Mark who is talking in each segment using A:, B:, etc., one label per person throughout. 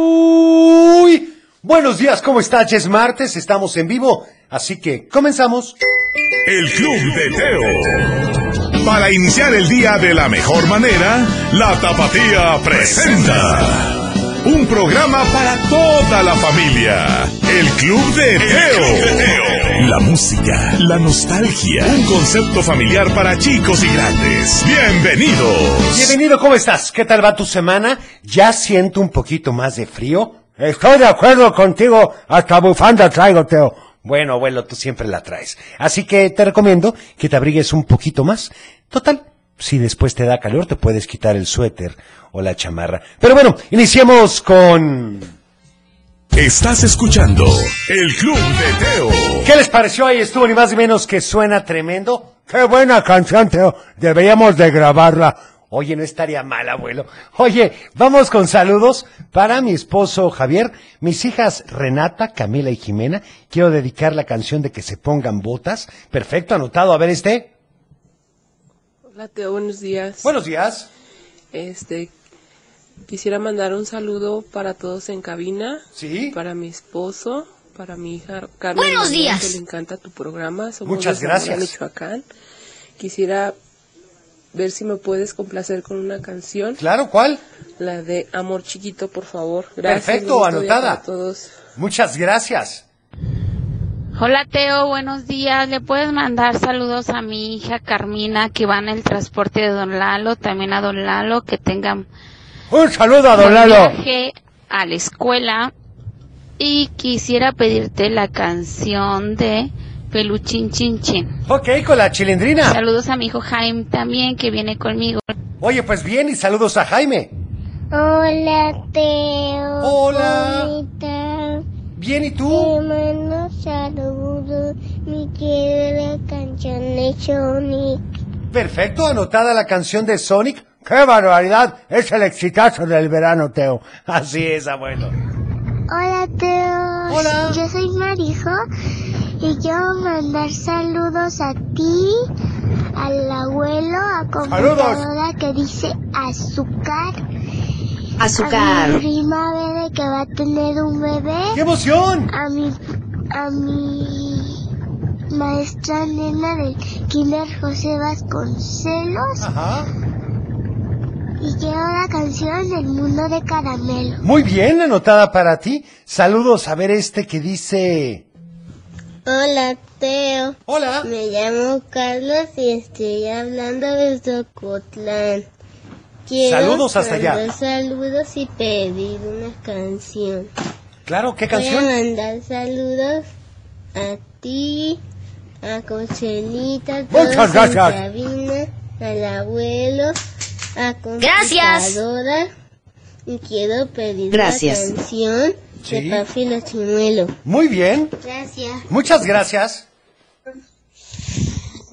A: Muy buenos días, ¿cómo está? Ya es martes, estamos en vivo, así que comenzamos.
B: El Club de Teo. Para iniciar el día de la mejor manera, la Tapatía presenta un programa para toda la familia. El Club de Teo. La música, la nostalgia, un concepto familiar para chicos y grandes. Bienvenidos.
A: Bienvenido, ¿cómo estás? ¿Qué tal va tu semana? ¿Ya siento un poquito más de frío? Estoy de acuerdo contigo, hasta bufanda traigo, Teo. Bueno, abuelo, tú siempre la traes. Así que te recomiendo que te abrigues un poquito más. Total, si después te da calor, te puedes quitar el suéter o la chamarra. Pero bueno, iniciemos con...
B: Estás escuchando El Club de Teo.
A: ¿Qué les pareció? Ahí estuvo ni más ni menos que suena tremendo. Qué buena canción, Teo. Deberíamos de grabarla. Oye, no estaría mal, abuelo. Oye, vamos con saludos para mi esposo Javier, mis hijas Renata, Camila y Jimena. Quiero dedicar la canción de que se pongan botas. Perfecto, anotado. A ver este.
C: Hola Teo, buenos días.
A: Buenos días.
C: Este quisiera mandar un saludo para todos en cabina,
A: Sí.
C: para mi esposo, para mi hija Carmen.
D: Buenos
C: Manuel,
D: días.
C: Que le encanta tu programa. Somos
A: Muchas
C: de Zamora,
A: gracias.
C: Michoacán. Quisiera ver si me puedes complacer con una canción,
A: Claro, ¿cuál?
C: la de Amor Chiquito, por favor. Gracias.
A: Perfecto,
C: bonito día
A: anotada.
C: para todos.
A: Muchas gracias.
E: Hola Teo, buenos días. ¿Le puedes mandar saludos a mi hija Carmina que va en el transporte de Don Lalo, también a Don Lalo, que tengan
A: Un saludo a Don
E: buen
A: Lalo.
E: viaje a la escuela? Y quisiera pedirte la canción de Peluchín Chin Chin.
A: Ok, con la chilindrina.
E: Saludos a mi hijo Jaime también que viene conmigo.
A: Oye, pues bien, y saludos a Jaime.
F: Hola, Teo.
A: Hola.
F: ¿Cómo estás?
A: Bien, ¿y
F: Te
A: tú?
F: mando saludos. Me quiero la canción de Sonic.
A: Perfecto, anotada la canción de Sonic. ¡Qué barbaridad! Es el exitazo del verano, Teo. Así es, abuelo.
F: Hola, Teo.
A: Hola.
F: Yo soy Marijo y quiero mandar saludos a ti, al abuelo, a computadora que dice azúcar, a mi
D: Azúcar.
F: prima Bebe que va a tener un bebé.
A: ¡Qué emoción!
F: a mi, a mi maestra nena del kinder José Vasconcelos
A: Ajá.
F: y quiero la canción del mundo de caramelo.
A: Muy bien, anotada para ti. Saludos a ver este que dice...
F: Hola Teo,
A: Hola.
F: me llamo Carlos y estoy hablando desde Ocotlán.
A: Saludos hasta allá. mandar
F: Saludos y pedir una canción.
A: Claro, ¿qué canción?
F: Voy a mandar saludos a ti, a Concelita, a todos
A: Muchas
F: en
A: gracias.
F: cabina, al abuelo, a
D: Gracias.
F: computadora. Y quiero pedir
D: Gracias.
F: la canción
A: Sí.
F: de Papi Lochimuelo.
A: Muy bien.
F: Gracias.
A: Muchas gracias.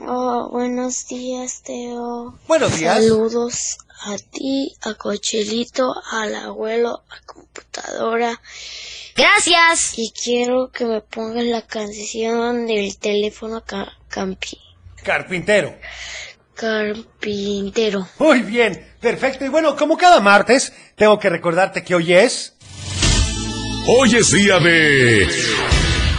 F: Oh, buenos días, Teo.
A: Buenos días.
F: Saludos a ti, a Cochelito, al abuelo, a computadora.
D: Gracias.
F: Y quiero que me pongas la canción del teléfono ca- campi-
A: Carpintero.
F: carpintero.
A: Muy bien, perfecto. Y bueno, como cada martes, tengo que recordarte que hoy es...
B: Hoy es día de.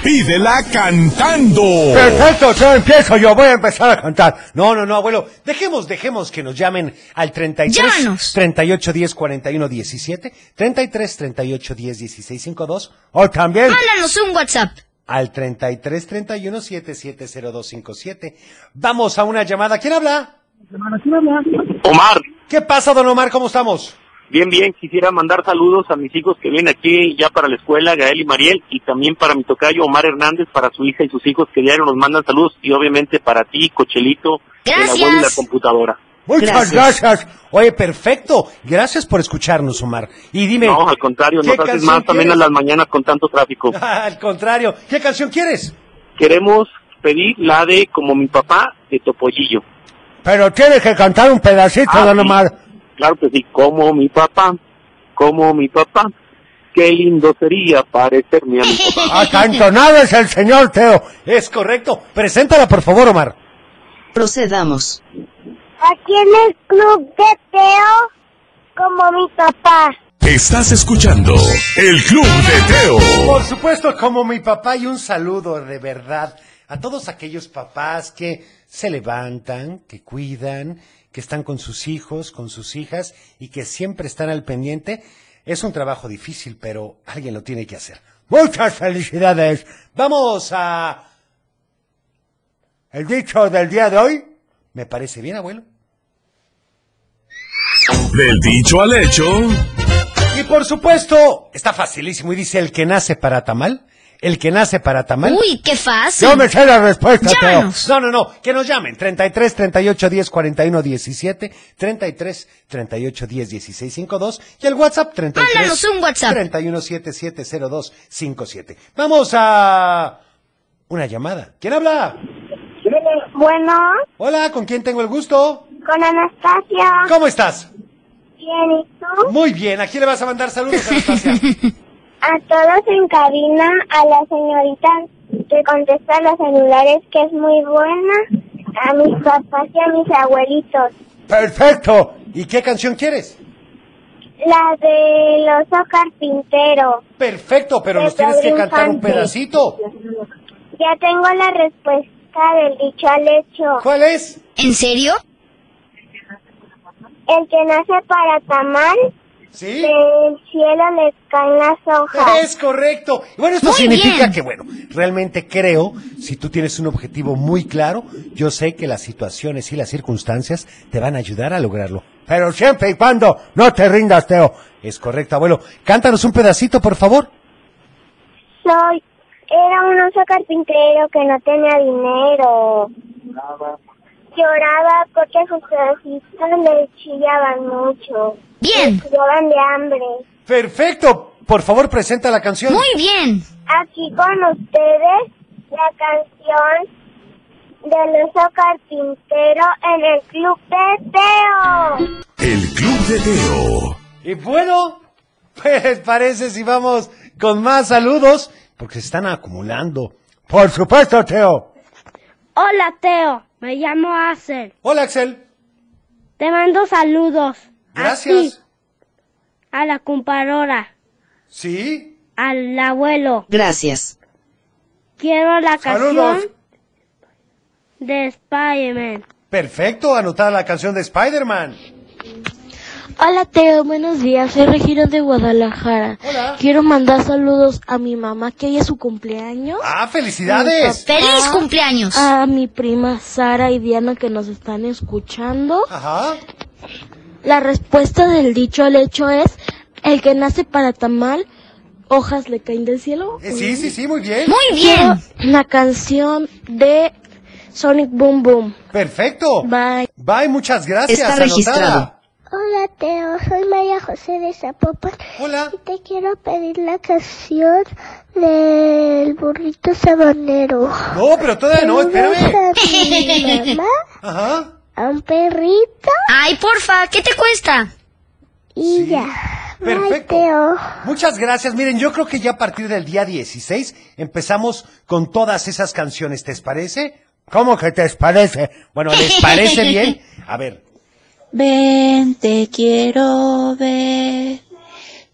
B: Pídela cantando.
A: Perfecto, yo empiezo, yo voy a empezar a cantar. No, no, no, abuelo. Dejemos, dejemos que nos llamen al 33
D: Llámanos.
A: 38 10 41 17, 33 38 10 16 52, o también
D: Mándanos un WhatsApp.
A: al 33 31 770257. Vamos a una llamada. ¿Quién habla?
G: Omar,
A: ¿Qué pasa, don Omar? ¿Cómo estamos?
G: bien, bien, quisiera mandar saludos a mis hijos que vienen aquí ya para la escuela, Gael y Mariel, y también para mi tocayo Omar Hernández, para su hija y sus hijos que diario nos mandan saludos, y obviamente para ti, Cochelito, el
D: Gracias.
G: abuelo y la computadora.
A: Muchas gracias.
D: Gracias.
A: Oye, perfecto. Gracias por escucharnos, Omar. Y dime.
G: No, al contrario,
A: ¿qué
G: nos haces
A: canción
G: más también a
A: quieres?
G: las mañanas con tanto tráfico.
A: Al contrario, ¿qué canción quieres?
G: Queremos pedir la de Como mi papá, de Topollillo.
A: Pero tienes que cantar un pedacito,
G: Ah,
A: don
G: sí.
A: Omar.
G: Claro que sí, como mi papá, como mi papá, qué lindo sería parecerme a mi papá.
A: Acantonado es el señor Teo. Es correcto. Preséntala, por favor, Omar.
D: Procedamos.
F: Aquí en el club de Teo
H: como mi papá.
B: Estás escuchando El Club de Teo.
A: Por supuesto, como mi papá, y un saludo de verdad a todos aquellos papás que se levantan, que cuidan, que están con sus hijos, con sus hijas y que siempre están al pendiente. Es un trabajo difícil, pero alguien lo tiene que hacer. Muchas felicidades. Vamos a... El dicho del día de hoy. Me parece bien, abuelo.
B: Del dicho al hecho,
A: Y por supuesto, está facilísimo. Y dice, el que nace para tamal, el que nace para tamal.
D: Uy, qué fácil.
A: Yo me sé la respuesta, Teo.
D: Llámanos.
A: No, no, no, que nos llamen. 33 38 10 41 17, 33 38 10 16 52 y el WhatsApp 33
D: Mándanos un WhatsApp.
A: 31 77 02 57. Vamos a una llamada. ¿Quién habla?
H: Bueno,
A: Hola, ¿con quién tengo el gusto?
H: con Anastasia.
A: ¿Cómo estás?
H: Bien, ¿y tú?
A: Muy bien, ¿a quién le vas a mandar saludos, Anastasia?
H: A todos en cabina, a la señorita que contesta los celulares, que es muy buena, a mis papás y a mis abuelitos.
A: Perfecto. ¿Y qué canción quieres?
H: La del oso carpintero.
A: Perfecto, pero nos
H: De
A: tienes que
H: Pedro
A: cantar un
H: Infante.
A: pedacito.
H: Ya tengo la respuesta del dicho al hecho.
A: ¿Cuál es?
D: ¿En serio?
H: El que nace para tamal,
A: ¿Sí?
H: del cielo le caen las hojas.
A: Es correcto. Y bueno, esto
D: Muy
A: significa
D: bien.
A: que, bueno, realmente creo, si tú tienes un objetivo muy claro, yo sé que las situaciones y las circunstancias te van a ayudar a lograrlo. Pero siempre y cuando no te rindas, Teo. Es correcto, abuelo. Cántanos un pedacito, por favor.
H: Soy, era un oso carpintero que no tenía dinero. Lloraba porque sus ojitos le chillaban mucho.
D: Bien,
H: Lloraban de hambre.
A: Perfecto. Por favor, presenta la canción.
D: muy bien.
H: Aquí con ustedes la canción del oso carpintero en el club de Teo.
B: El Club de Teo.
A: Y bueno, ¿qué les parece si vamos con más saludos? Porque se están acumulando. Por supuesto, Teo.
F: Hola Teo, me llamo Axel.
A: Hola, Axel.
F: Te mando saludos.
A: Ah, Gracias.
F: A, ti, a la comparadora,
A: Sí.
F: al abuelo.
I: Gracias.
F: Quiero la
A: Saludos.
F: canción de Spider-Man.
A: Perfecto, anotada la canción de Spider-Man.
F: Hola Teo, buenos días. Soy Regina de Guadalajara.
A: Hola.
F: Quiero mandar saludos a mi mamá que hoy es su cumpleaños.
A: Ah, felicidades.
D: ¡Feliz cumpleaños!
F: A mi prima Sara y Diana que nos están escuchando.
A: Ajá.
F: La respuesta del dicho al hecho es, el que nace para tamal, hojas le caen del cielo.
A: Eh, sí, sí, sí, muy bien.
D: Muy bien.
F: La canción de Sonic Boom Boom.
A: Perfecto.
F: Bye.
A: Bye, muchas gracias.
I: Está
A: anotada.
I: registrado.
H: Hola Teo, soy María José de Zapopan.
A: Hola.
H: Te quiero pedir la canción del burrito sabanero.
A: No, pero todavía Ah, no, espérame.
H: a mi mamá,
A: Ajá.
H: a un perrito
D: Ay, porfa, ¿qué te cuesta?
H: y
A: Sí.
H: ya. Bye,
A: Perfecto.
H: Teo.
A: Muchas gracias. Miren, yo creo que ya a partir del día 16 empezamos con todas esas canciones. ¿Te parece? ¿Cómo que te parece? Bueno, ¿les parece bien? A ver.
E: Ven, te quiero ver,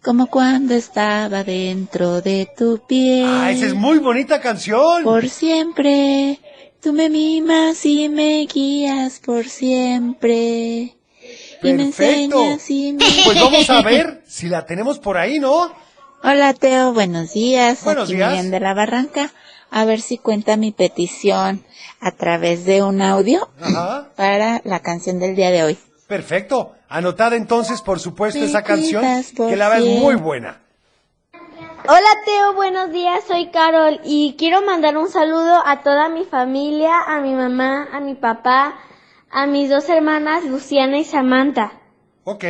E: como cuando estaba dentro de tu piel.
A: Ah, esa es muy bonita canción.
E: Por siempre, tú me mimas y me guías por siempre. Y me
A: Perfecto.
E: enseñas y me...
A: Pues vamos a ver si la tenemos por ahí, ¿no?
E: Hola Teo, buenos días.
A: Buenos
E: Aquí
A: días.
E: Miriam de la Barranca. A ver si cuenta mi petición a través de un audio
A: Ajá.
E: para la canción del día de hoy.
A: Perfecto. Anotada entonces, por supuesto,
E: Me
A: esa canción,
E: quitas por
A: que la verdad es
E: cien.
A: muy buena.
F: Hola Teo, buenos días, soy Carol y quiero mandar un saludo a toda mi familia, a mi mamá, a mi papá, a mis dos hermanas Luciana y Samantha.
A: Ok.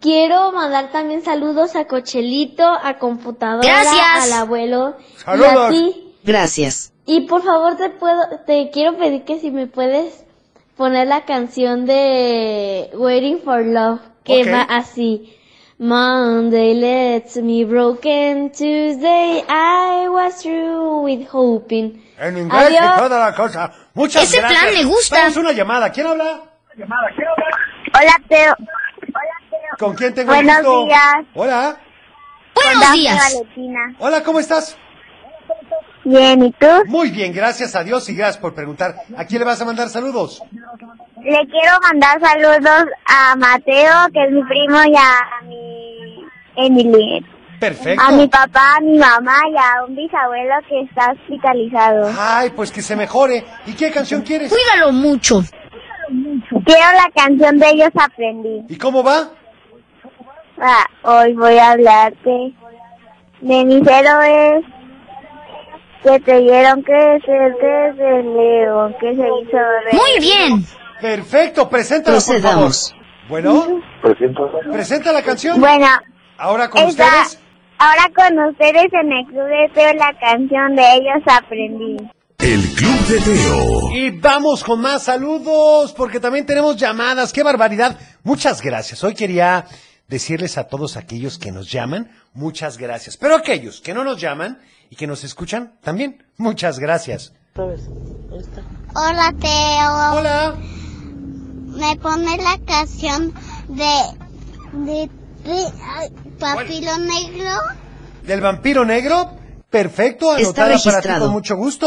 F: Quiero mandar también saludos a Cochelito, a Computadora,
D: Gracias.
F: al abuelo y
A: Saludos.
F: a ti.
I: Gracias.
F: Y por favor te puedo, te quiero pedir que si me puedes poner la canción de Waiting for Love, que
A: Ok.
F: va así. Monday left me broken, Tuesday I was through with hoping.
A: En inglés y
F: Adiós.
A: toda la cosa. Muchas
D: Ese
A: gracias.
D: plan me gusta.
A: Vamos a una llamada. ¿Quién habla?
H: Hola Teo. Hola Teo.
A: ¿Con quién tengo
H: Buenos
A: el gusto?
H: días.
A: Hola.
D: Buenos
H: Dafne
D: días.
H: Valentina.
A: Hola, ¿cómo estás?
H: Bien, ¿y tú?
A: Muy bien, gracias a Dios y gracias por preguntar. ¿A quién le vas a mandar saludos?
H: Le quiero mandar saludos a Mateo, que es mi primo, y a mi Emily.
A: Perfecto.
H: A mi papá, a mi mamá y a un bisabuelo que está hospitalizado.
A: Ay, pues que se mejore. ¿Y qué canción quieres?
D: Cuídalo mucho.
H: Quiero la canción de ellos aprendí.
A: ¿Y cómo va?
H: Ah, hoy voy a hablarte de mis héroes que te dieron crecer desde el león que se hizo rey.
D: Muy bien.
A: Perfecto, preséntala, por favor.
F: Procedamos.
A: Bueno, presenta la canción.
H: Bueno,
A: Ahora con
H: esta-
A: ustedes.
H: ahora con ustedes en el club de Teo la canción de ellos aprendí.
B: El Club de Teo.
A: Y vamos con más saludos, porque también tenemos llamadas. ¡Qué barbaridad! Muchas gracias. Hoy quería decirles a todos aquellos que nos llaman, muchas gracias. Pero aquellos que no nos llaman y que nos escuchan, también, muchas gracias.
H: Hola Teo,
A: Hola.
H: me pone la canción de, de, Papilo Negro.
A: ¿Del vampiro negro? Perfecto,
F: Está
A: anotada para ti
F: registrado.
A: con mucho gusto.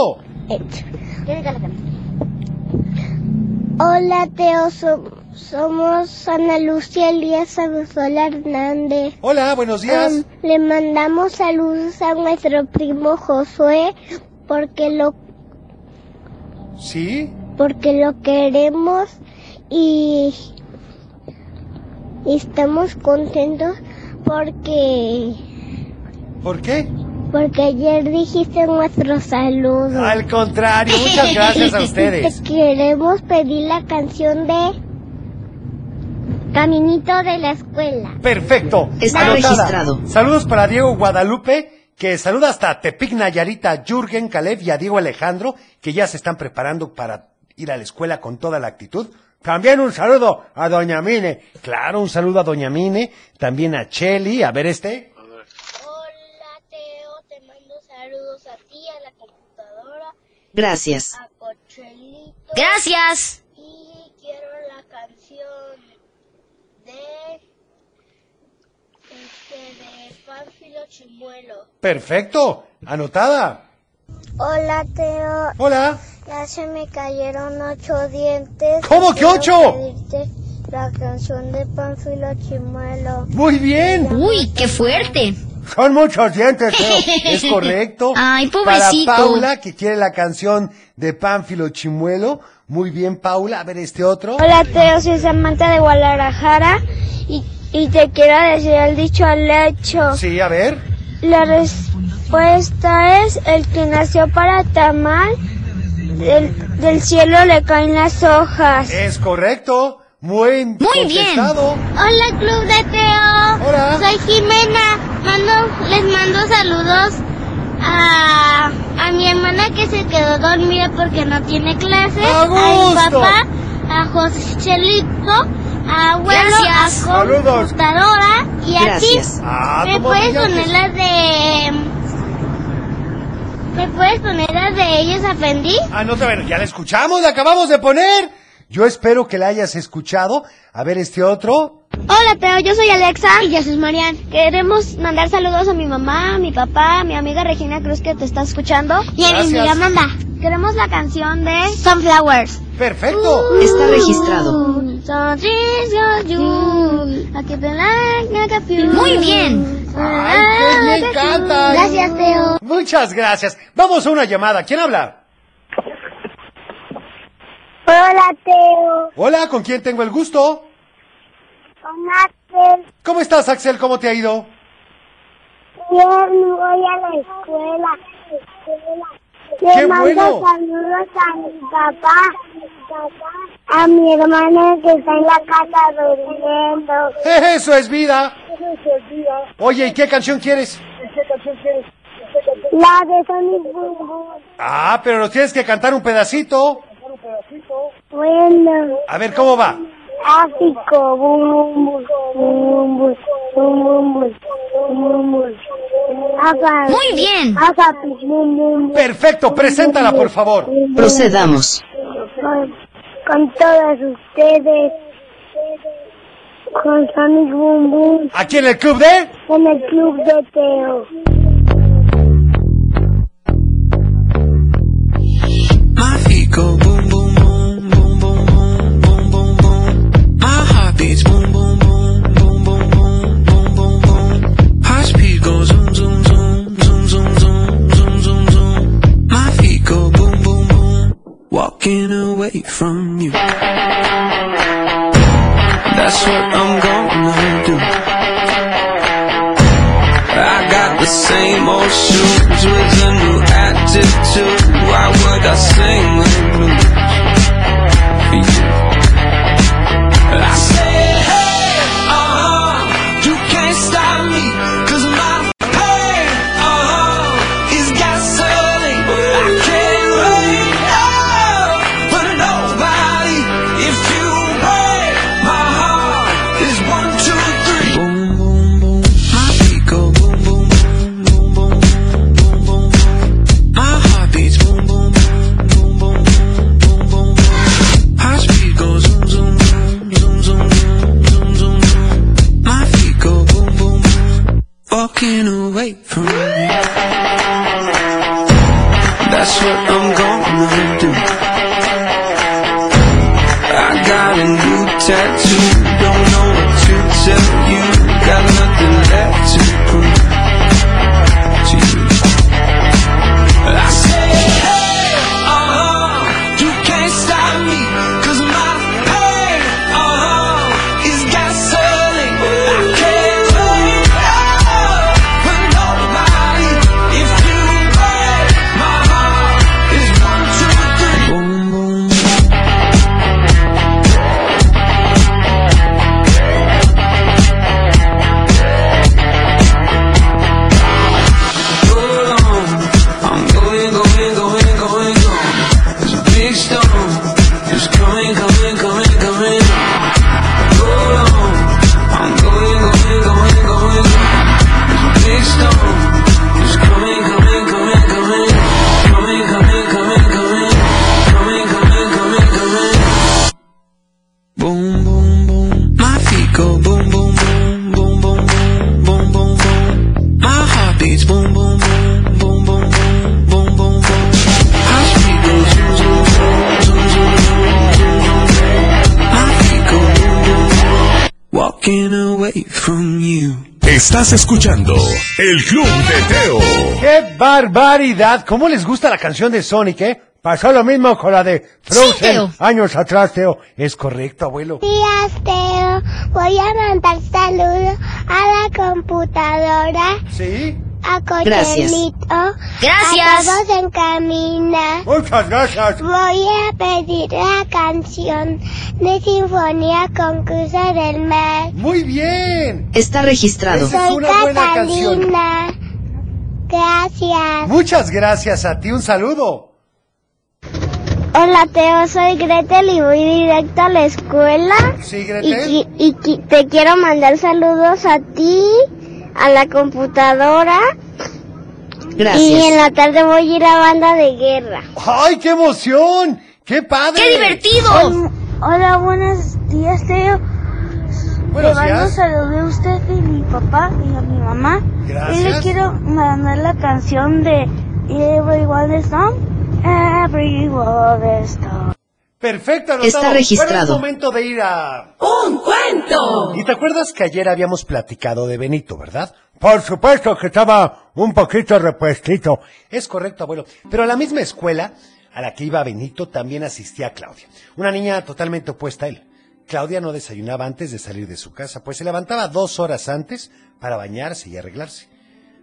H: Hola Teo, so- somos Ana Lucía Elías Abusola Hernández.
A: Hola, buenos días.
H: Am, le mandamos saludos a nuestro primo Josué porque lo
A: ¿Sí?
H: porque lo queremos y, y estamos contentos porque
A: ¿Por qué?
H: porque ayer dijiste nuestro saludo.
A: Al contrario, muchas gracias a ustedes.
H: Te queremos pedir la canción de Caminito de la Escuela.
A: Perfecto.
F: Está registrado.
A: Saludos para Diego Guadalupe, que saluda hasta Tepic Nayarita, Jürgen Caleb y a Diego Alejandro, que ya se están preparando para ir a la escuela con toda la actitud. También un saludo a Doña Mine. Claro, un saludo a Doña Mine. También a Cheli. A ver este.
H: Hola Teo, te mando saludos a ti, a la computadora,
F: Gracias.
H: a Cochelito
D: Gracias.
H: y quiero la canción de este de Pánfilo Chimuelo.
A: Perfecto. Anotada.
H: Hola Teo,
A: Hola.
H: ya se me cayeron ocho dientes.
A: ¿Cómo que
H: Quiero
A: ocho?
H: pedirte La canción de Pánfilo Chimuelo.
A: Muy bien.
D: Uy, qué fuerte.
A: Son muchos dientes, Teo. Es correcto.
D: Ay, pobrecito.
A: Para Paula, que quiere la canción de Pánfilo Chimuelo. Muy bien, Paula. A ver este otro.
H: Hola Teo, soy Samantha de Guadalajara y, y te quiero decir el dicho al hecho.
A: Sí, a ver.
H: La respuesta es el que nació para tamal, del, del cielo le caen las hojas.
A: Es correcto. Muy,
D: Muy bien.
A: contestado.
H: Hola Club de Teo,
A: Hola.
H: soy Jimena, mando, les mando saludos a, a mi hermana que se quedó dormida porque no tiene clases,
A: ¡A
H: a mi
A: gusto!
H: papá, a José Chelito, a abuelo,
D: Gracias.
H: a
A: Saludos.
H: computadora y a ti.
F: Gracias.
A: Ah,
H: ¿Me
A: como
H: puedes
A: brillantes.
H: poner las de... ¿Me puedes poner las de ellos aprendí?
A: Ah, no te ven. Ya la escuchamos, la acabamos de poner. Yo espero que la hayas escuchado. A ver este otro.
H: Hola Teo, yo soy Alexa. Y yo soy Marian. Queremos mandar saludos a mi mamá, a mi papá, a mi amiga Regina Cruz que te está escuchando. Y
A: a mi Gracias. amiga
H: Amanda. Queremos la canción de Sunflowers.
A: Perfecto.
F: Está registrado.
D: Muy bien.
F: Ah,
A: Ay, pues me encanta.
H: Gracias Teo.
A: Muchas gracias. Vamos a una llamada. ¿Quién habla?
H: Hola Teo.
A: Hola, ¿con quién tengo el gusto?
H: Hola Teo.
A: ¿Cómo estás, Axel? ¿Cómo te ha ido?
H: Bien, voy a la escuela. Le
A: ¡Qué
H: mando
A: bueno!
H: saludos a mi papá, a mi hermana que está en la casa durmiendo.
A: Eso es vida. Oye, ¿y qué canción quieres?
H: La de Sonic Boom Boom.
A: Ah, pero nos tienes que cantar un pedacito.
H: Bueno,
A: A ver, ¿cómo va?
H: áfico, boom, boom, boom, boom, boom, boom, boom, boom, Apa,
D: Muy bien.
H: apa, boom, boom, boom.
A: Perfecto, preséntala, por favor.
F: Procedamos.
H: con, con todos ustedes. Con Sammy Boom Boom.
A: ¿Aquí en el club de?
H: En el club de Teo.
B: Mágico, boom, boom, boom, boom, boom, boom, boom, boom, boom. My heart beats boom, boom, boom, boom, boom, boom, boom, boom, boom. High speed goes zoom, zoom, zoom, zoom, zoom, zoom, zoom, zoom, zoom. My feet go boom, boom, boom. Walking away from you. That's what I'm gonna do. I got the same old shoes with a new attitude. Why would I sing the blues for you? I say, hey, uh-huh, you can't stop me, 'cause my pain, uh-huh, is gasoline. I can't wait, oh, for nobody. If you break my heart, it's one, two, three. My feet go boom, boom, boom, boom, boom, boom, boom, boom. My heart beats boom, boom, boom, boom, boom, boom, boom, boom, boom. High speed goes zoom, zoom, zoom, zoom, zoom, zoom, zoom, zoom, zoom. My feet go boom, boom, boom. Walking away from you. That's what I'm gonna do. I got a new tattoo. Don't know what to tell you. Got nothing left to prove to you. I say, hey, uh-huh, you can't stop me, 'cause my pain, uh-huh, is gasoline. I can't wait, oh, for nobody. If you break my heart, it's one, two, three. Hold on, I'm going, going, going, going on. There's a big storm, it's coming, coming, coming, coming on. Hold on, I'm going, going, going, going on. There's a big storm, it's coming, coming, coming, coming, coming, coming, coming, coming, coming, coming, coming, coming. Boom, boom, boom, my feet go boom, boom, boom, boom, boom, boom, boom, boom, boom. My heart beats boom boom boom boom boom boom boom boom boom. High speed goes zoom zoom zoom zoom zoom zoom zoom zoom. My feet go boom boom boom. Walking away from you.
J: Estás escuchando el Club de Teo.
A: ¡Qué barbaridad! ¿Cómo les gusta la canción de Sonic, eh? Pasó lo mismo con la de Frozen
H: Teo.
A: años atrás, Teo. Es correcto, abuelo.
H: Días, Teo. Voy a mandar saludos a la computadora.
A: Sí.
H: A
A: Gracias.
H: Cochelito.
K: Gracias.
H: A todos en camina.
A: Muchas gracias.
H: Voy a pedir la canción de Sinfonía con Cruce del Mar.
A: Muy bien.
D: Está registrado.
A: Esa es
H: Soy
A: una buena canción.
H: Catalina. Gracias.
A: Muchas gracias a ti. Un saludo.
H: Hola Teo, soy Gretel y voy directo a la escuela.
A: Sí,
H: Y,
A: Gretel.
H: qui- y qui- te quiero mandar saludos a ti, a la computadora. Y en la tarde voy a ir a banda de guerra.
A: ¡Ay, qué emoción! ¡Qué padre!
H: ¡Qué divertido! Hola, buenos días Teo.
A: Buenos
H: le mando
A: días.
H: saludos a usted y mi papá y a mi mamá.
A: Gracias.
H: Y le quiero mandar la canción de Everyone is Song. Everyone is Song.
A: Perfecto, anotado.
H: Está registrado.
A: Ahora es momento de ir a... ¡Un cuento! ¿Y te acuerdas que ayer habíamos platicado de Benito, verdad? Por supuesto que estaba un poquito repuestito. Es correcto, abuelo. Pero a la misma escuela a la que iba Benito también asistía Claudia. Una niña totalmente opuesta a él. Claudia no desayunaba antes de salir de su casa, pues se levantaba dos horas antes para bañarse y arreglarse.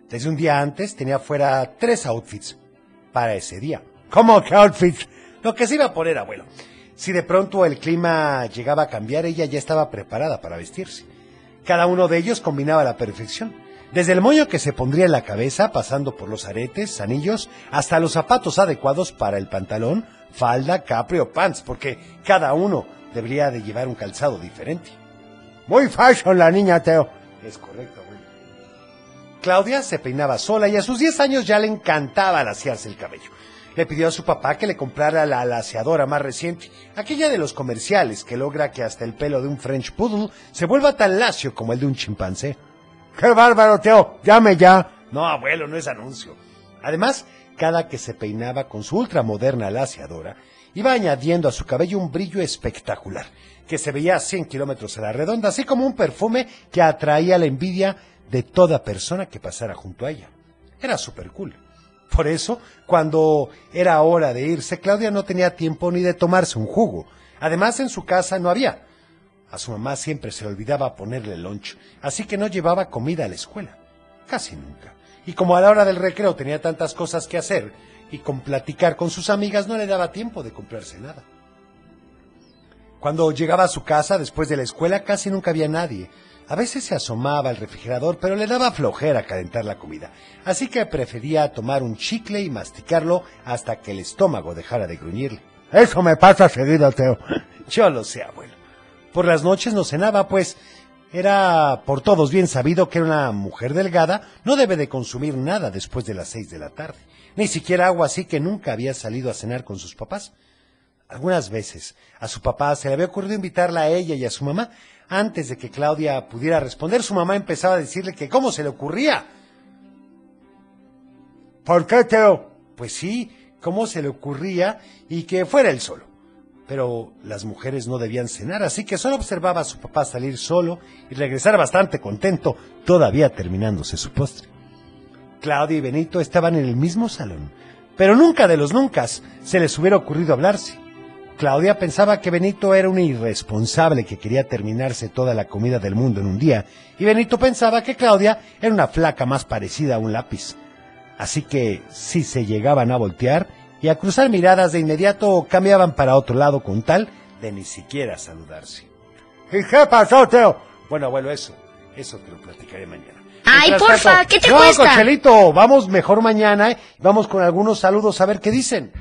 A: Desde un día antes tenía fuera tres outfits para ese día. ¿Cómo que outfits? Lo que se iba a poner, abuelo. Si de pronto el clima llegaba a cambiar, ella ya estaba preparada para vestirse. Cada uno de ellos combinaba a la perfección. Desde el moño que se pondría en la cabeza, pasando por los aretes, anillos, hasta los zapatos adecuados para el pantalón, falda, capri o pants, porque cada uno debería de llevar un calzado diferente. Muy fashion la niña, Teo. Es correcto, abuelo. Claudia se peinaba sola y a sus 10 años ya le encantaba laciarse el cabello. le pidió a su papá que le comprara la laseadora más reciente, aquella de los comerciales que logra que hasta el pelo de un French Poodle se vuelva tan lacio como el de un chimpancé. ¡Qué bárbaro, Teo! ¡Llame ya! No, abuelo, no es anuncio. Además, cada que se peinaba con su ultramoderna laseadora, iba añadiendo a su cabello un brillo espectacular, que se veía a 100 kilómetros a la redonda, así como un perfume que atraía la envidia de toda persona que pasara junto a ella. Era súper cool. Por eso, cuando era hora de irse, Claudia no tenía tiempo ni de tomarse un jugo. Además, en su casa no había. A su mamá siempre se le olvidaba ponerle lunch, así que no llevaba comida a la escuela. Casi nunca. Y como a la hora del recreo tenía tantas cosas que hacer, y con platicar con sus amigas no le daba tiempo de comprarse nada. Cuando llegaba a su casa después de la escuela casi nunca había nadie. A veces se asomaba al refrigerador, pero le daba flojera calentar la comida, así que prefería tomar un chicle y masticarlo hasta que el estómago dejara de gruñirle. Eso me pasa seguido, Teo. Yo lo sé, abuelo. Por las noches no cenaba, pues era por todos bien sabido que una mujer delgada no debe de consumir nada después de las seis de la tarde, ni siquiera agua, así que nunca había salido a cenar con sus papás. Algunas veces a su papá se le había ocurrido invitarla a ella y a su mamá. Antes de que Claudia pudiera responder, su mamá empezaba a decirle que cómo se le ocurría. ¿Por qué, Teo? Pues sí, cómo se le ocurría y que fuera él solo. Pero las mujeres no debían cenar, así que solo observaba a su papá salir solo y regresar bastante contento, todavía terminándose su postre. Claudia y Benito estaban en el mismo salón, pero nunca de los nunca se les hubiera ocurrido hablarse. Claudia pensaba que Benito era un irresponsable que quería terminarse toda la comida del mundo en un día, y Benito pensaba que Claudia era una flaca más parecida a un lápiz. Así que si se llegaban a voltear y a cruzar miradas de inmediato cambiaban para otro lado con tal de ni siquiera saludarse. ¿Y qué pasó, Teo? Bueno, abuelo, eso, eso te lo platicaré mañana.
D: Ay,
A: Mientras
D: porfa, ¿qué te
A: no,
D: cuesta?
A: Cochelito, vamos mejor mañana y vamos con algunos saludos a ver qué dicen.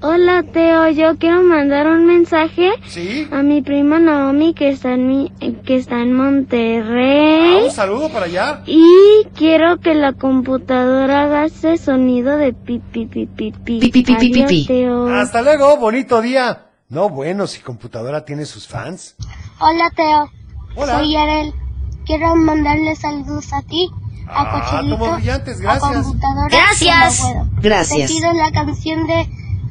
F: Hola Teo, yo quiero mandar un mensaje
A: ¿Sí?
F: a mi prima Naomi que está en mi, que está en Monterrey.
D: ¿Eh?
A: Ah, un saludo para allá.
F: Y quiero que la computadora haga ese sonido de pi pi pi pi pi.
L: Pi, pi, pi, pi, pi,
F: Adiós,
L: pi.
F: Teo.
A: Hasta luego, bonito día. No, bueno, si computadora tiene sus fans.
H: Hola Teo,
A: Hola.
H: soy Yarel. Quiero mandarle saludos a ti, a
A: Ah,
H: Cochelito,
A: como brillantes, gracias.
H: a computadora
L: Gracias.
H: y al abuelo.
L: Gracias.
H: Te pido la canción de,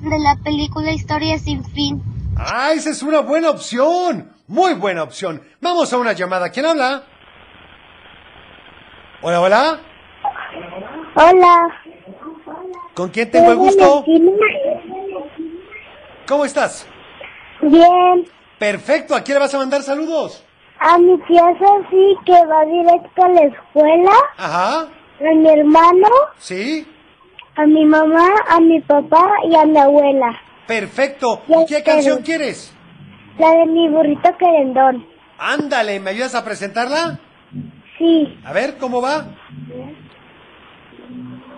H: de la película Historia sin fin.
A: Ah, esa es una buena opción. Muy buena opción. Vamos a una llamada. ¿Quién habla? Hola, hola.
H: Hola.
A: ¿Con quién tengo el gusto? ¿Cómo estás?
H: Bien,
A: Perfecto. ¿A quién le vas a mandar saludos?
H: a mi tía sí que va directo a la escuela,
A: Ajá.
H: a mi hermano,
A: ¿Sí?
H: a mi mamá, a mi papá y a mi abuela.
A: Perfecto. ¿Y ¿Qué canción quieres?
H: La de mi burrito querendón.
A: Ándale, ¿me ayudas a presentarla?
H: Sí.
A: A ver, ¿cómo va?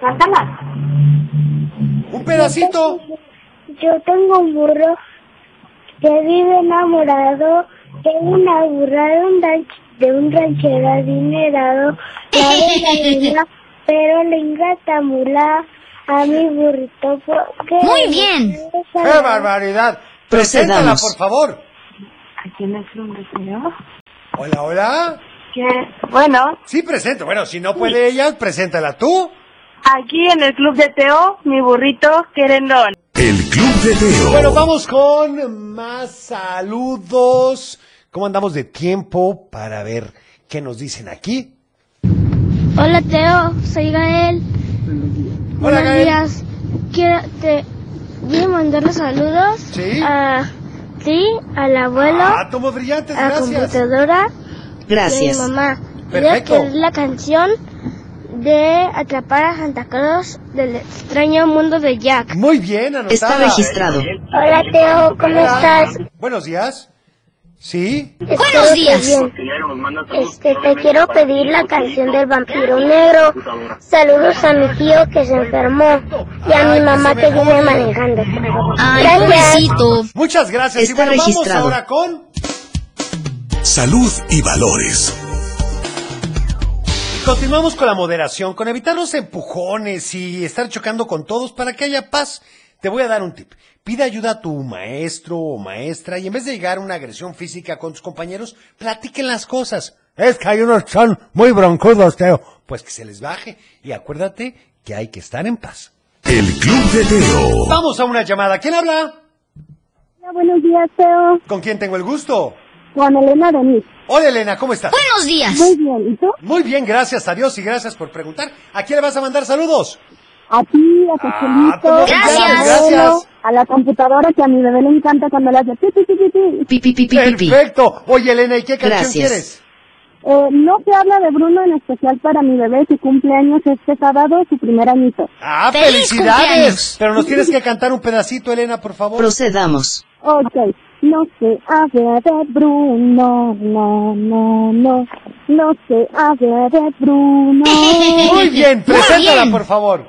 H: Cántala.
A: Un pedacito.
H: Yo tengo un burro que vive enamorado, tengo una burra de un, ranch- de un ranchero adinerado, la de la luna, pero le ingrata mula a mi burrito porque...
D: Muy bien.
A: ¡Qué barbaridad! Preséntala,
L: Procedamos.
A: por favor.
H: ¿Aquí me señor?
A: Hola, hola.
H: Bueno,
A: Sí, presento. Bueno, si no puede ella, preséntala tú.
H: aquí en el club de Teo, mi burrito querendón.
B: El Club de Teo.
A: Bueno, vamos con más saludos. ¿Cómo andamos de tiempo para ver qué nos dicen aquí?
F: Hola Teo, soy Gael.
A: Hola,
F: Buenos
A: Gael.
F: días. Quiero te quiero mandarle saludos
A: Sí.
F: a ti, al abuelo,
A: Ah, tomos brillantes,
F: a la
A: gracias.
F: computadora y a mi
L: Gracias.
F: mamá. Quiero
A: Perfecto.
F: que es la canción de atrapar a Santa Claus del extraño mundo de Jack.
A: Muy bien, anotada.
L: Está registrado.
A: eh,
F: Hola Teo, ¿cómo
A: Hola.
F: estás?
A: Buenos días. ¿Sí?
D: Buenos días.
F: Este, te quiero pedir la canción del vampiro negro. Saludos a mi tío que se enfermó y a mi mamá que viene manejando.
D: Ay, pues pobrecito.
A: Muchas gracias. y
L: Está
A: bueno, vamos
L: registrado.
A: ahora con...
B: Salud y valores.
A: Continuamos con la moderación, con evitar los empujones y estar chocando con todos para que haya paz. Te voy a dar un tip. Pide ayuda a tu maestro o maestra y en vez de llegar a una agresión física con tus compañeros, platiquen las cosas. Es que hay unos que son muy broncudos, Teo. Pues que se les baje y acuérdate que hay que estar en paz.
B: El Club de Teo.
A: Vamos a una llamada. ¿Quién habla?
H: Hola, buenos días, Teo.
A: ¿Con quién tengo el gusto?
H: Juan Elena Denis.
A: Hola Elena, ¿cómo estás?
D: Buenos días.
H: Muy bien, ¿y tú?
A: Muy bien, gracias a Dios y gracias por preguntar. ¿A quién le vas a mandar saludos?
H: A ti, a tu
A: Ah,
H: chulito,
A: pues,
H: a tu
A: gracias.
H: abuelo,
A: Gracias.
H: a la computadora que a mi bebé le encanta cuando le hace pi, pi, pi, pi, pi.
A: Perfecto. Oye Elena, ¿y qué canción
H: Gracias.
A: quieres?
H: Eh, no te habla de Bruno en especial para mi bebé, su cumpleaños este sábado, su primer añito.
A: Ah,
H: ¡Feliz
A: felicidades.
H: cumpleaños!
A: Pero nos tienes que cantar un pedacito, Elena, por favor.
M: Procedamos.
H: Ok, no se habla de Bruno, no, no, no, no se habla de Bruno.
A: Muy bien, preséntala, por favor.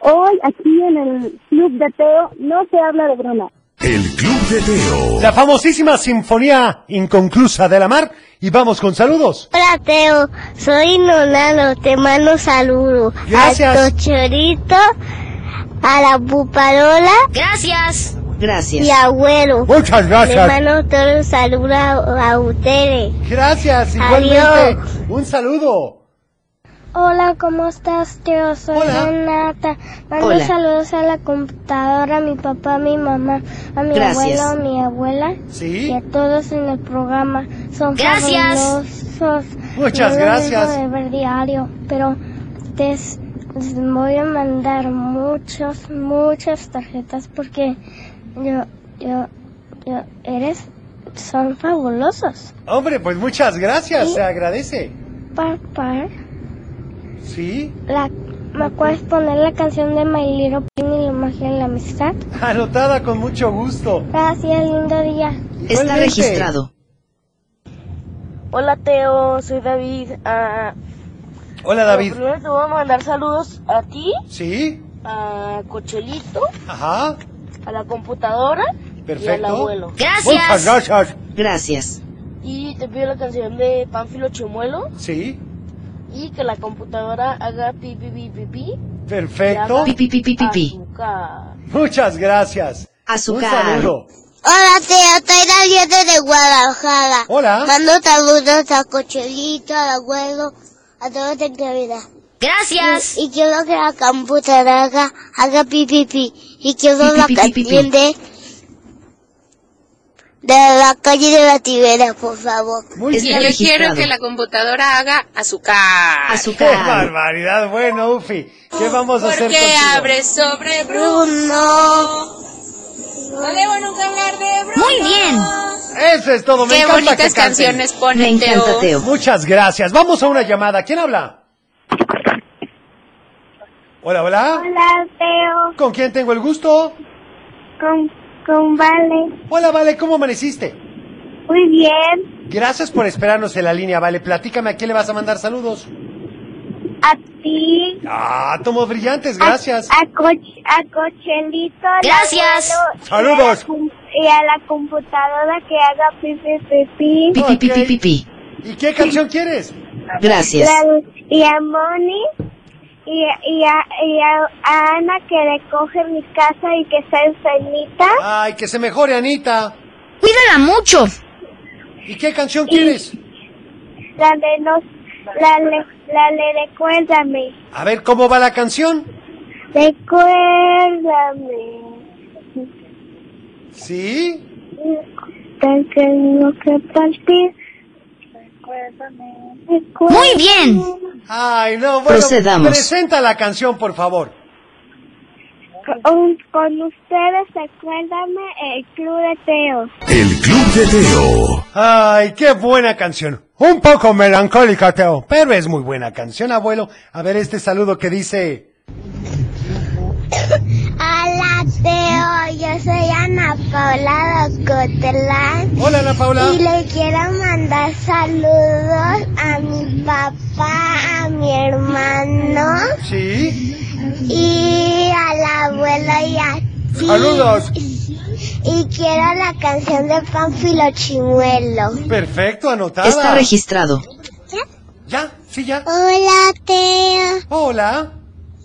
H: Hoy aquí en el Club de Teo no se habla de Bruno.
B: El Club de Teo.
A: La famosísima Sinfonía Inconclusa de la Mar. Y vamos con saludos.
F: Hola Teo, soy Nonano, te mando un saludo.
A: Gracias.
F: A Tochorito, a la Puparola.
D: Gracias.
M: Gracias.
F: Y abuelo.
A: Muchas
F: Le mando todo un saludo a, a ustedes.
A: Gracias, igualmente.
F: Adiós.
A: Un saludo.
F: Hola, ¿cómo estás, Teo? Soy Renata. Mando
A: Hola.
F: saludos a la computadora, a mi papá, a mi mamá, a mi
A: Gracias.
F: abuelo, a mi abuela.
A: Sí.
F: Y a todos en el programa. Son
D: Gracias.
F: fabulosos.
D: Muchas
F: Yo lo
D: gracias.
F: vengo de ver diario, pero te les voy a mandar muchas, muchas tarjetas porque yo, yo, yo, eres, son fabulosos.
A: Hombre, pues muchas gracias. Se agradece.
F: Papá.
A: Sí.
F: La, ¿Me puedes poner la canción de My Little Pony y la magia de la amistad?
A: Anotada con mucho gusto.
F: Gracias, lindo día.
M: Está registrado.
N: Hola Teo, soy David. Ah,
A: Hola, David.
N: Primero te voy a mandar saludos a ti,
A: Sí.
N: a Cochelito,
A: Ajá.
N: a la computadora y al
A: Perfecto.
N: abuelo.
A: Muchas gracias.
M: Gracias.
N: Y te pido la canción de Pánfilo Chimuelo
A: Sí.
N: y que la computadora haga pi pi pi pi pi.
A: Perfecto.
N: Y haga
A: Pi, pi, pi, pi, pi.
N: azúcar.
A: Muchas gracias.
N: Azúcar.
A: Un saludo.
F: Hola, Teo, soy Daniel de Guadalajara.
N: ¿Ah?
A: Hola.
F: Mando saludos a Cochelito, al abuelo, a todos de Navidad.
D: Gracias.
F: Y, y quiero que la computadora haga, haga pi, pi, pi. Y quiero
D: Pi,
F: la
D: pi, pi, pi, pi.
F: canción de, de la calle de la Tibera, por favor.
A: Está
E: yo
A: registrado.
E: quiero que la computadora haga azúcar.
A: ¡Qué barbaridad! Bueno, Ufi, ¿qué vamos a hacer
E: Porque
A: contigo?
E: abre sobre
F: Bruno.
E: No debo nunca hablar de Bruno.
D: Muy bien.
A: Eso es todo, me
E: Qué
A: encanta
E: bonitas
A: que canten.
E: canciones pone Me encanta, Teo. Teo.
A: Muchas gracias. Vamos a una llamada. ¿Quién habla? Hola, hola.
H: Hola, Teo.
A: ¿Con quién tengo el gusto?
H: Con, con Vale.
A: Hola, Vale, ¿cómo amaneciste?
H: Muy bien.
A: Gracias por esperarnos en la línea, Vale. Platícame a quién le vas a mandar saludos.
H: A ti.
A: Ah, tomos brillantes, gracias.
H: A, Coch- a Cochelito. al
D: Gracias.
H: abuelo,
A: Saludos.
H: Y a, la cum- y a la computadora que haga pi, pi, pi, pi.
M: Pi, pi, pi, pi, pi, ¿Eh? pi.
A: ¿Y qué canción quieres?
M: Gracias.
H: La- y a Moni. Y, y, a, y a, a Ana que recoge mi casa y que está enfermita.
A: Ay, que se mejore, Anita.
D: Cuídala mucho.
A: ¿Y qué canción quieres?
H: La de nos, la, le- la de recuérdame.
A: A ver, ¿cómo va la canción?
H: Recuérdame.
A: ¿Sí?
H: Tan que tengo que partir. Recuérdame.
D: Muy bien.
A: Ay, no, bueno.
M: Procedamos.
A: Presenta la canción, por favor.
H: Con, con ustedes, recuérdame el Club de Teo.
B: El Club de Teo.
A: Ay, qué buena canción. Un poco melancólica, Teo, pero es muy buena canción, abuelo. A ver este saludo que dice...
F: Hola, Teo. Yo soy Ana Paula Docotelán.
A: Hola, Ana Paula.
F: Y le quiero mandar saludos a mi papá, a mi hermano.
A: Sí.
F: Y al abuelo y a ti.
A: Saludos.
F: Y quiero la canción de Panfilo Chimuelo.
A: Perfecto, anotada.
M: Está registrado.
A: ¿Ya? Sí, ya.
H: Hola, Teo.
A: Hola.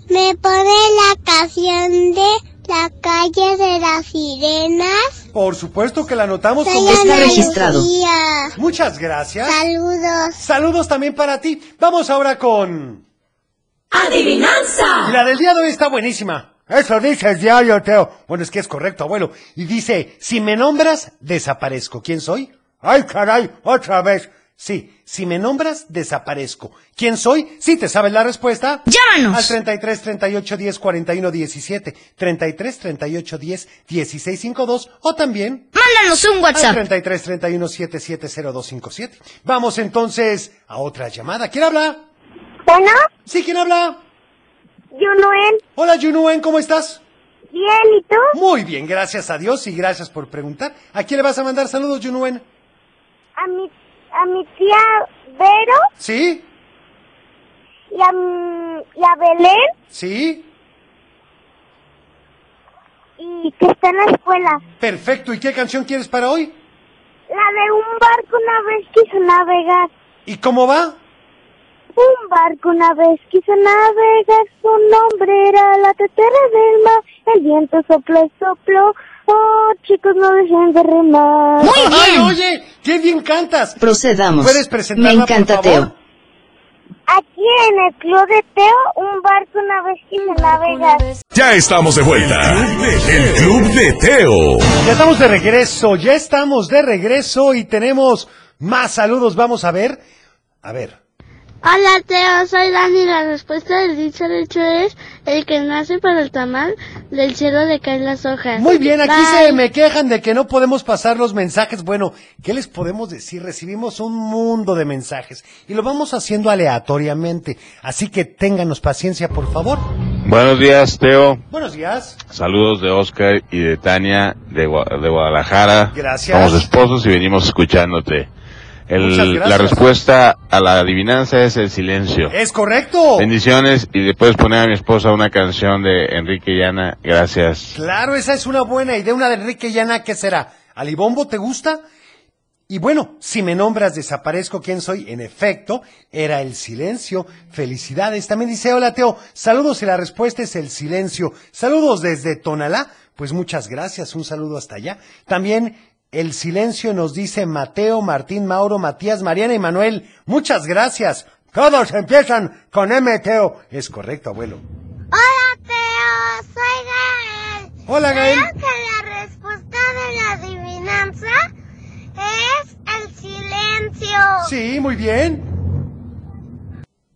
H: ¿Me pone la canción de la calle de las sirenas?
A: Por supuesto que la anotamos
H: Soy
A: como...
H: Está Ana registrado. Lucía.
A: Muchas gracias.
H: Saludos.
A: Saludos también para ti. Vamos ahora con...
O: ¡Adivinanza!
A: La del día de hoy está buenísima. Eso dice el diario, Teo. Bueno, es que es correcto, abuelo. Y dice, si me nombras, desaparezco. ¿Quién soy? Ay, caray, otra vez. Sí, si me nombras, desaparezco. ¿Quién soy? Si te sabes la respuesta.
D: Llámanos.
A: Al 33 38 10 41 17, 33 38 10 16 52 o también
D: Mándanos un
A: al
D: WhatsApp.
A: 33 31 77 0257. Vamos entonces a otra llamada. ¿Quién habla?
H: Bueno,
A: Sí, ¿quién habla?
H: Junuen,
A: Hola, Junuen, ¿cómo estás?
H: bien, ¿y tú?
A: Muy bien, gracias a Dios y gracias por preguntar. ¿A quién le vas a mandar saludos, Junuen?
H: A mi, a mi tía Vero
A: ¿Sí?
H: y a, mi- y a Belén
A: ¿Sí?
H: y que está en la escuela.
A: Perfecto. ¿Y qué canción quieres para hoy?
H: La de un barco una vez quiso navegar.
A: ¿Y cómo va?
H: Un barco una vez quiso navegar, su nombre era la tetera del mar. El viento sopló, y sopló, oh chicos no dejen de remar.
A: ¡Ay, oye! ¡Qué bien cantas!
L: Procedamos.
A: ¿Puedes presentarla,
L: Me encanta
A: por favor?
L: Teo.
H: Aquí en el club de Teo, un barco una vez quiso navegar.
B: Ya estamos de vuelta. El Club de Teo.
A: Ya estamos de regreso, ya estamos de regreso y tenemos más saludos. Vamos a ver. A ver.
F: Hola Teo, soy Dani. La respuesta del dicho hecho es el que nace para el tamal, del cielo le caen las hojas.
A: Muy bien, aquí
F: Bye.
A: se me quejan de que no podemos pasar los mensajes. Bueno, ¿qué les podemos decir? Recibimos un mundo de mensajes y lo vamos haciendo aleatoriamente. Así que ténganos paciencia, por favor.
P: Buenos días, Teo.
A: Buenos días.
P: Saludos de Oscar y de Tania de, Gua- de Guadalajara.
A: Gracias.
P: Somos esposos y venimos escuchándote. El-
A: Muchas gracias.
P: la respuesta a la adivinanza es el silencio.
A: ¿Es correcto?
P: Bendiciones y le puedes poner a mi esposa una canción de Enrique Llana. Gracias.
A: Claro, esa es una buena idea, una de Enrique Llana, ¿qué será? ¿Alibombo te gusta? Y bueno, si me nombras desaparezco quién soy, en efecto, era el silencio. Felicidades. También dice, hola Teo, saludos y la respuesta es el silencio. Saludos desde Tonalá, pues muchas gracias, un saludo hasta allá. También el silencio nos dice Mateo, Martín, Mauro, Matías, Mariana y Manuel. Muchas gracias. Todos empiezan con M, Teo. Es correcto, abuelo.
F: Hola Teo, soy Gael.
A: Hola, Gael.
F: Creo que la respuesta de la adivinanza es el silencio.
A: Sí, muy bien.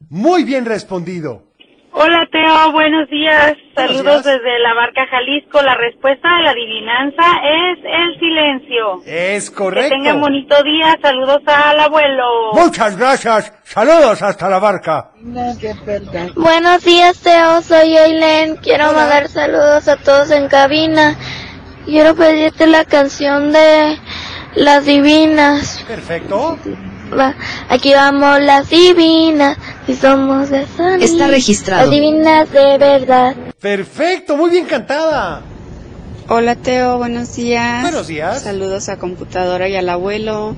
A: Muy bien respondido.
Q: Hola Teo, buenos días.
A: Buenos
Q: Saludos
A: días.
Q: desde la barca Jalisco. La respuesta de la adivinanza es el silencio.
A: Es
Q: Que
A: correcto.
Q: tengan bonito día. Saludos al abuelo.
A: Muchas gracias. Saludos hasta la barca.
F: Buenos días, Teo. Soy Eileen. Quiero mandar saludos a todos en cabina. Quiero pedirte la canción de Las Divinas.
A: Perfecto.
F: Va, Aquí vamos las divinas, si somos de Sony.
L: Está registrado.
F: Las divinas de verdad.
A: Perfecto, muy bien cantada.
R: Hola Teo, buenos días.
A: Buenos días.
R: Saludos a computadora y al abuelo.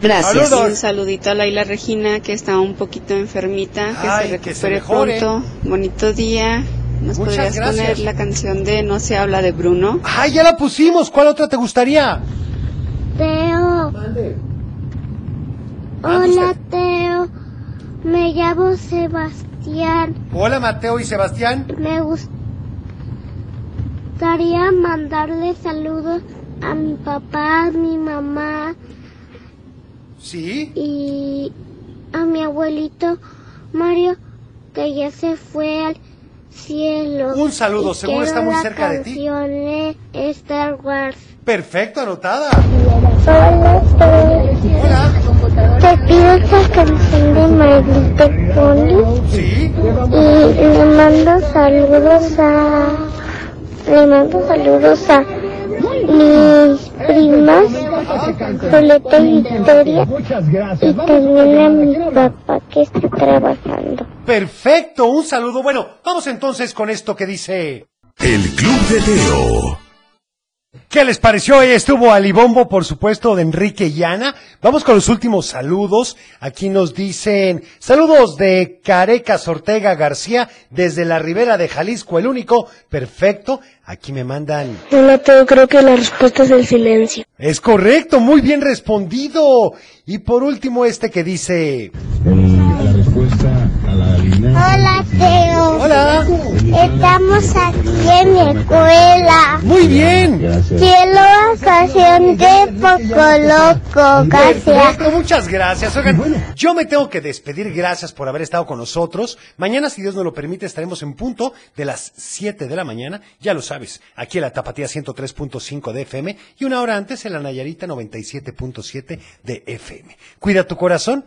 L: Gracias.
R: Y Un saludito a Laila Regina que está un poquito enfermita, que
A: Ay,
R: se
A: que se
R: recupere
A: mejore.
R: pronto. Bonito día. ¿Nos
A: Muchas
R: podrías
A: gracias.
R: poner la canción de No se habla de Bruno?
A: Ah, ya la pusimos. ¿Cuál otra te gustaría?
F: Teo,
A: Ah, pues
F: hola Teo. Me llamo Sebastián.
A: Hola Mateo y Sebastián.
F: Me gustaría mandarle saludos a mi papá, a mi mamá
A: Sí.
F: y a mi abuelito Mario, que ya se fue al cielo.
A: Un saludo,
F: Y
A: seguro
F: quiero
A: está muy
F: la
A: cerca de ti.
F: canción de Star Wars.
A: Perfecto, anotada.
F: Hola, Te pido esta canción de My Little Pony.
A: Sí.
F: Y le mando saludos a. Le mando saludos a mis primas, Soleta y Victoria. Y también a mi papá que está trabajando.
A: Perfecto, un saludo. Bueno, vamos entonces con esto que dice...
B: El Club de Teo.
A: ¿Qué les pareció? Ahí estuvo Alibombo, por supuesto, de Enrique Llana. Vamos con los últimos saludos. Aquí nos dicen saludos de Carecas Ortega García desde la Ribera de Jalisco, el único. Perfecto. Aquí me mandan.
H: Hola, Teo, creo que la respuesta es el silencio.
A: Es correcto, muy bien respondido. Y por último, este que dice.
S: La respuesta a la
F: Hola, Teo.
A: Hola.
F: Estamos aquí en mi escuela.
A: Muy bien.
F: Cielo ocasión de poco loco. Gracias.
A: Perfecto, muchas gracias. Oigan, yo me tengo que despedir. Gracias por haber estado con nosotros. Mañana, si Dios nos lo permite, estaremos en punto de las 7 de la mañana. Ya lo sabes, aquí en la Tapatía 103.5 de FM y una hora antes en la Nayarita 97.7 de FM. Cuida tu corazón,